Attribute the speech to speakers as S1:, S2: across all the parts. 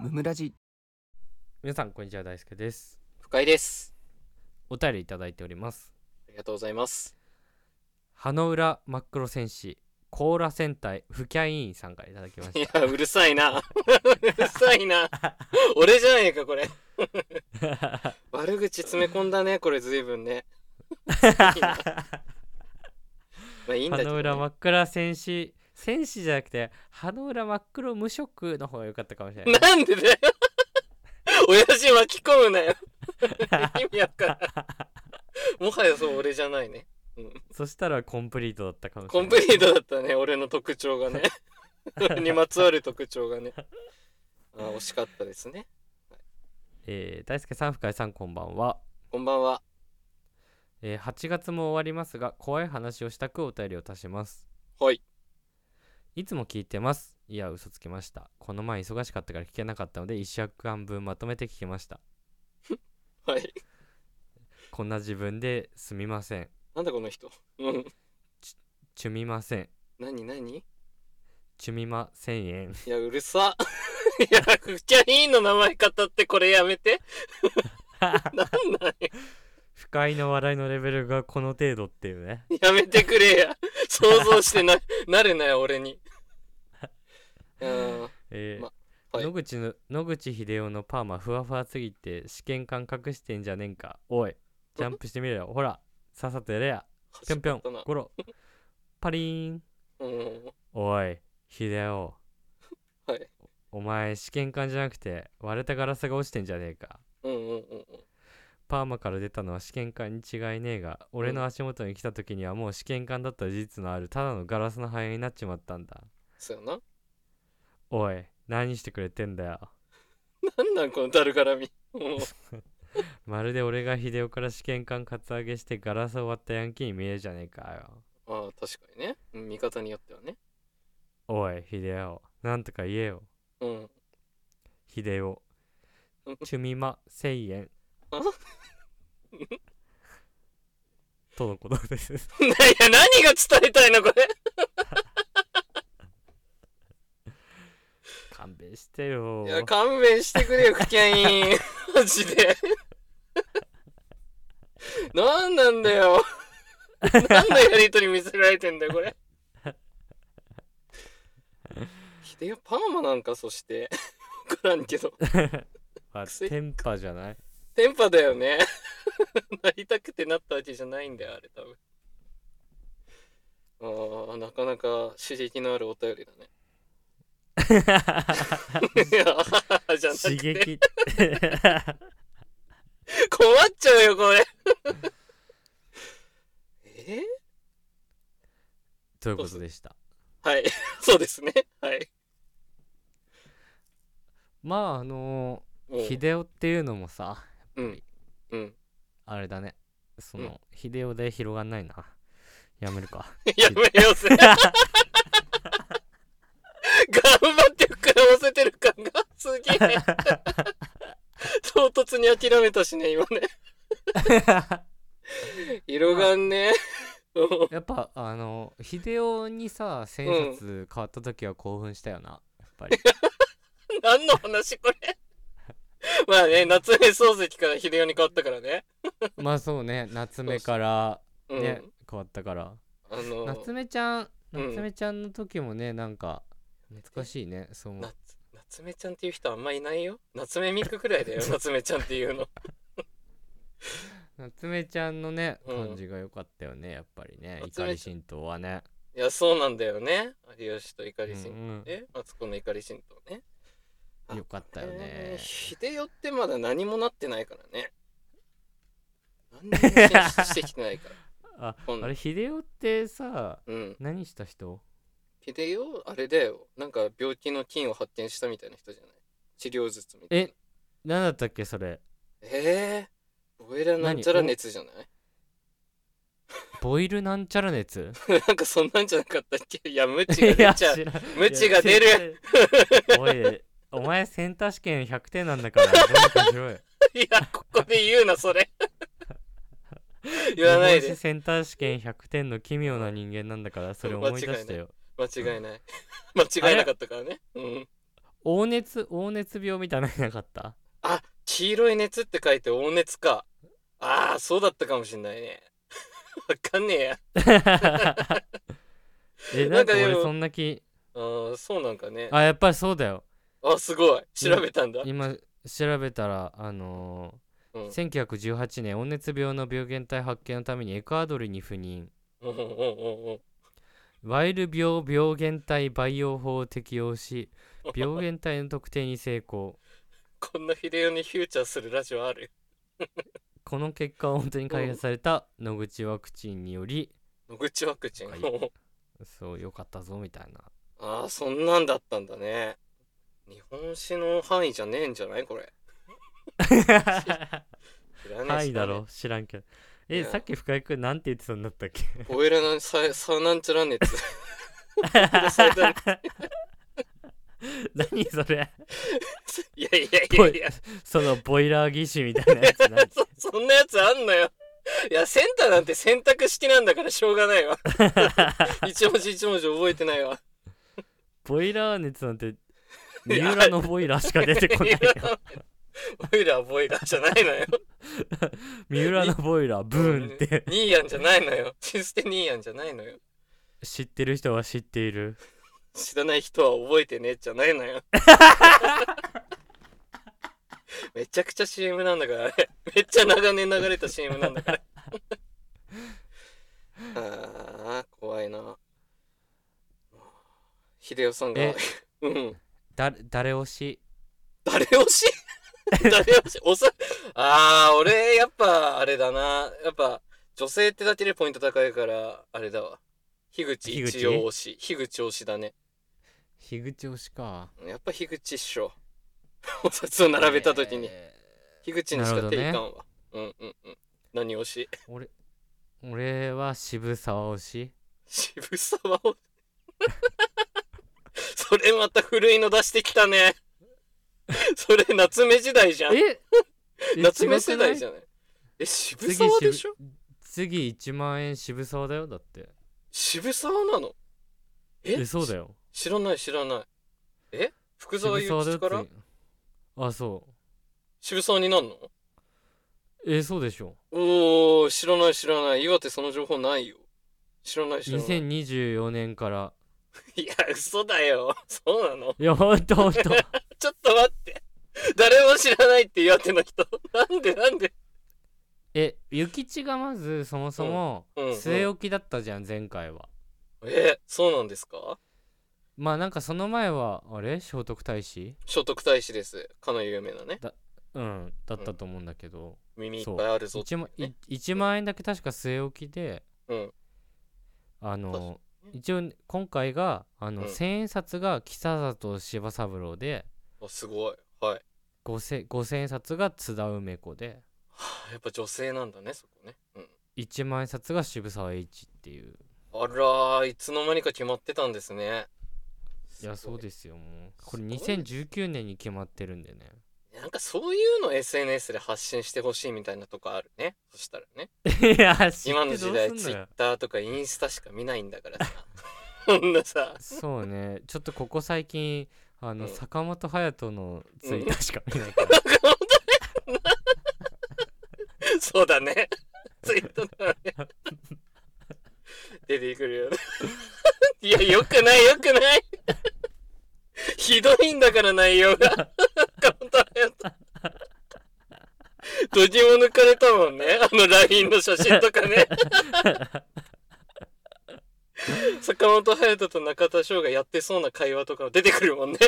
S1: ムムラジ
S2: 皆さんこんにちは大輔です
S3: 深井です。
S2: お便りいただいております
S3: ありがとうございます。
S2: 羽の裏真っ黒戦士コーラ戦隊フキャインさんからいただきま
S3: い
S2: し
S3: や、うるさいな。うるさいな。俺じゃねえか、これ。
S2: た
S3: 悪口詰め込んだね、これ、ずいぶんね。まあ、いいんだ
S2: 羽
S3: けど、
S2: の
S3: ね。
S2: 裏真っ黒戦士戦士じゃなくて羽の裏真っ黒無職の方が良かったかもしれない
S3: なんでだよ。親父巻き込むなよ。意味わからん。もはやそう、俺じゃないね。
S2: そしたらコンプリートだったかもし
S3: コ
S2: れな
S3: ン
S2: い
S3: プリートだったね、俺の特徴がね。俺にまつわる特徴がね。あ惜しかったですね。
S2: えー大輔さん深井さんこんばんは
S3: こんばんは。
S2: えー8月も終わりますが怖い話をしたくお便りを足します
S3: はい
S2: いつも聞いてますいや嘘つきましたこの前忙しかったから聞けなかったので1週間分まとめて聞きました
S3: はい。
S2: こんな自分ですみません
S3: なんだ、この人。うん。
S2: ちゅみません
S3: 何何
S2: ちゅみません円
S3: いや、うるさ。 いや、フキャインの名前語ってこれやめて。なんなんよ
S2: 不快の笑いのレベルがこの程度っていうね
S3: やめてくれや。想像してな、なるなよ、俺に。いやー
S2: えー
S3: まはい
S2: 野口の野口英世のパーマふわふわすぎて試験官隠してんじゃねんかおいジャンプしてみろよほらさっさとやれやぴょんぴょん
S3: 始まっ
S2: ゴロパリーン
S3: たなうん。
S2: おい、ヒデオ。
S3: はい。
S2: お前、試験官じゃなくて、割れたガラスが落ちてんじゃねえか。
S3: うんうんうん
S2: パーマから出たのは試験官に違いねえが、俺の足元に来た時にはもう試験官だった事実のあるただのガラスの灰になっちまったんだ。
S3: そうやな。
S2: おい、何してくれてんだよ。
S3: なんなん、このだるがらみ。うん
S2: まるで俺がヒデオから試験官カツアゲしてガラスを割ったヤンキーに見えるじゃねえかよ。
S3: ああ、確かにね。うん見方によってはね。
S2: おい、ヒデオ。なんとか言えよ。
S3: うん。
S2: ヒデオ
S3: うん。
S2: チュミマ1000円
S3: あ。
S2: とのことです。
S3: いや、何が伝えたいの、これ。
S2: 勘弁してよ
S3: いや、勘弁してくれよ、クキャイン。マジで。なんなんだよ。何のやりとり見せられてんだよ、これ。ヒデオパーマなんか、そして。わからんけど。
S2: あ
S3: くせ
S2: テンパじゃ ない
S3: テンパだよね。なりたくてなったわけじゃないんだよ、あれ、多分。ああ、なかなか刺激のあるお便りだね。いや、じゃなく
S2: 刺
S3: て。
S2: 激
S3: 困っちゃうよこれえ
S2: ということでした
S3: ー、はい そうですねはい
S2: まああの
S3: もう
S2: ー、秀夫っていうのもさ
S3: うんうん
S2: あれだねその、
S3: う
S2: 秀夫で広がんないなやめるか
S3: やめよ うぜ頑張って膨らませてる感が すげえ唐突に諦めたしね今ね 色がんね うん
S2: やっぱあの秀夫にさ千冊変わった時は興奮したよなやっぱ り
S3: 何の話これ まあね夏目漱石から秀夫に変わったからね
S2: まあそうね夏目から
S3: うん、
S2: ね、変わったから
S3: あの
S2: 夏目ちゃん
S3: うん
S2: 夏目ちゃんの時もねなんか懐かしいねそう思う
S3: 夏夏目ちゃんっていう人あんまいないよ夏目みくくらい だよ夏目ちゃんっていうの
S2: 夏目ちゃんのね
S3: うん
S2: 感じが良かったよね、やっぱりね
S3: 夏
S2: 怒
S3: 目
S2: り神道はね
S3: いやそうなんだよね有吉と怒
S2: うん
S3: り神道ねマツコの怒り神道ね
S2: うんよかったよ
S3: え
S2: ね
S3: ー、秀代ってまだ何もなってないからね何にも進出してきてないから
S2: あ
S3: 今度
S2: あれ秀夫ってさ
S3: うん
S2: 何した人
S3: 秀代あれだよなんか病気の菌を発見したみたいな人じゃない治療術みたいな
S2: え何だったっけそれ
S3: えー、ボエラなんちゃら熱じゃない
S2: ボイルなんちゃら熱
S3: なんかそんなんじゃなかったっけいや無知が
S2: い
S3: 出
S2: や
S3: ちゃう
S2: 知らん
S3: 無知が出る
S2: いや知らんおいお前センター試験100点なんだからどうにかしろよ
S3: いや、ここで言う な、それ。言わない
S2: 日本史
S3: で。
S2: センター試験100点の奇妙な人間なんだからそれ思い出したよ
S3: 間違いない間違いなかったからね。うん。
S2: 黄熱黄熱病みたいなのなか った
S3: あ、黄色い熱って書いて黄熱か。ああ、そうだったかもしんないね。わかんねえや。
S2: えな
S3: なん
S2: んか
S3: かでも
S2: 俺そんな気
S3: うん、そうなんかね。
S2: あやっぱりそうだよ
S3: あ、すごい。調べたんだ。
S2: 今調べたらあの
S3: うん。うん
S2: ー1918年黄熱病の病原体発見のためにエクアドルに赴任
S3: うんうんうん
S2: ワイル病病原体培養法を適用 し病原体の特定に成功
S3: こんなヒデオにフューチャーするラジオある
S2: この結果は本当に開発された野口ワクチンにより
S3: 野口ワクチン。
S2: はいそう良かったぞみたいな
S3: ああ、そんなんだったんだね。日本史の範囲じゃねえんじゃないこれ。 知らねえし
S2: 範囲だろ。知らんけど
S3: い
S2: え
S3: や
S2: さっき深井君なんて言ってたんだったっけ
S3: おいらのさ、さなんちゃら熱。さなんちゃら熱
S2: 何それ
S3: いやいやい
S2: ボ
S3: やい
S2: イ
S3: や、
S2: そのボイラー技師みたいなやつ なんて
S3: そそんなやつあんのよ。いや、センターなんて選択式なんだからしょうがない わ。一文字一文字覚えてないわ。
S2: ボイラー熱なんて三浦のボイラーしか出てこないよ
S3: ボイラーボイラーじゃないのよ。
S2: 三浦のボイラーブーン って
S3: ニーヤンじゃないのよ。システニーヤンじゃないのよ。
S2: 知ってる人は知っている
S3: 知らない人は覚えてねえじゃないのよ。めちゃくちゃ CM なんだから、あれ。めっちゃ長年流れた CM なんだから。ああ、怖いな。秀夫さんが
S2: え、
S3: うん。
S2: だ誰推し
S3: 誰推し 誰推しおさ、ああ、俺、やっぱ、あれだな。やっぱ、女性ってだけでポイント高いから、あれだわ。樋口
S2: 樋口
S3: 一応推し。樋口推しだね。
S2: 樋口推しか
S3: やっぱ樋口っしょ。お札を並べたときに、
S2: え
S3: 樋口にしか手い
S2: なる
S3: かんわ。うんうんうん。何推し
S2: ー俺俺は渋沢推し
S3: 渋沢を。 それまた古いの出してきたね。 それ夏目時代じゃん。
S2: え
S3: 夏目世代じ
S2: ゃん
S3: ゃない。え、渋沢でしょ
S2: 次1万円渋沢だよだって
S3: 渋沢なのえ
S2: えそうだよ
S3: 知らない知らない。え福沢
S2: 渋沢だ
S3: 諭
S2: よ
S3: 吉から
S2: 次あそ
S3: 渋沢になんの
S2: うえそうでしょ
S3: おー、知らない知らない。岩手その情報ないよ。知らない知らない。
S2: 2024年から
S3: いや、嘘だよ。そうなの
S2: いやほんとほ んと
S3: ちょっと待って。誰も知らないって岩手の人。なんでなんで
S2: え諭吉がまずそもそも
S3: うんうん
S2: 据え置きだったじゃん前回は
S3: え、そうなんですか
S2: まあなんかその前はあれ聖徳太子
S3: 聖徳太子です。かの有名なね。
S2: うんだったと思うんだけど
S3: 耳いっ
S2: そう
S3: ぱいあるぞって
S2: 1
S3: ね
S2: 万い1万円だけ確か据え置きで
S3: うん。
S2: あの
S3: 確かに
S2: 一応今回があ
S3: う
S2: の
S3: ん
S2: 千円札が北里柴三郎で
S3: あ、すごい。はい。
S2: 五千五千円札が津田梅子で
S3: はあやっぱ女性なんだね、そこね。うん。
S2: 一万円札が渋沢栄一っていう
S3: あらー、いつの間にか決まってたんですね。
S2: いやそう
S3: す
S2: ですよもうこれ
S3: すごい
S2: 2019年に決まってるん でね
S3: ごい。なんかそういうの SNS で発信してほしいみたいなとこあるね。そしたらね。
S2: いや知っ
S3: 今の
S2: てど
S3: 時
S2: う
S3: 代
S2: すんのよ
S3: Twitter とかインスタしか見ないんだからさ。 こんなさ。
S2: そうねちょっとここ最近あの、
S3: うん
S2: 坂本隼人のツイ
S3: う
S2: ー
S3: ん
S2: トしか見ない から、
S3: そうだね。ツイートだね。出てくるよね。いや、よくない、よくない。ひどいんだから内容が。カウンターやった。どぎも抜かれたもんね。あの LINE の写真とかね。坂本隼人と中田翔がやってそうな会話とか出てくるもんね。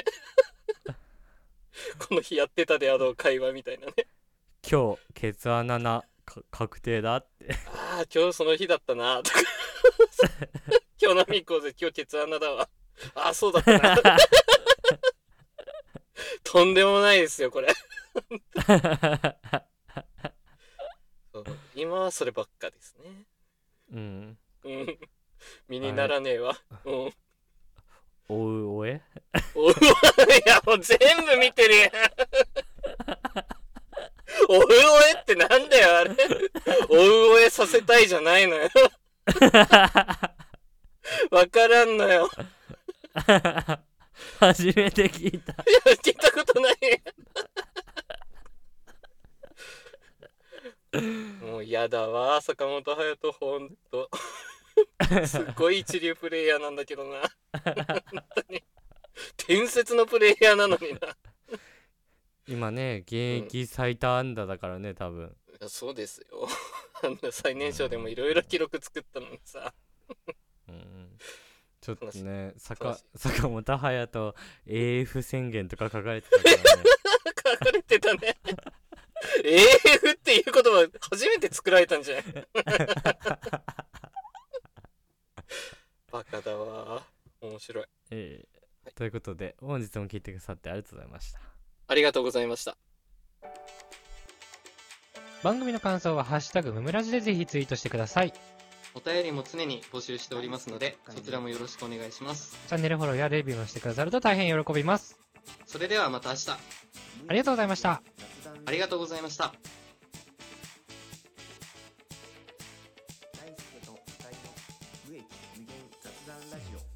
S3: この日やってたであろう会話みたいなね。
S2: 今日ケツ穴なか確定だって
S3: ああ、今日その日だったな、とか。今日飲み行こうぜ、今日ケツ穴だわ。ああ、そうだったな。とんでもないですよ、これ。そう今はそればっかですね。
S2: うん
S3: うん。身にならねえわ。うん。おう
S2: おうおえ
S3: おういや、もう全部見てるやん。おうおえってなんだよ、あれ。おうおえさせたいじゃないのよ。わからんのよ。
S2: 初めて聞いた
S3: 聞いたことないもうやだわ坂本勇人ほんとすっごい一流プレイヤーなんだけどな本当に伝説のプレイヤーなのにない
S2: 今ね現役最多安打だからね多分
S3: やそうですよ あんな最年少でもいろいろ記録作ったのにさ
S2: うんうんちょっとね
S3: 悲
S2: 坂
S3: しい
S2: 坂本勇人 AF 宣言とか書かれてたからね
S3: 書かれてたね AF っていう言葉初めて作られたんじゃないバカだわ面白い
S2: ええということで本日も聞いてくださってありがとうございました
S3: ありがとうございました
S1: 番組の感想は「ハッシュタグむむらじ」でぜひツイートしてくださいチ
S3: お便りも常に募集しておりますのでそちらもよろしくお願いします
S1: ャンネルフォローやレビューもしてくださると大変喜びます
S3: それではまた明日
S1: ありがとうございました
S3: ありがとうございました
S4: 大輔と二人の無益無限雑談ラジオ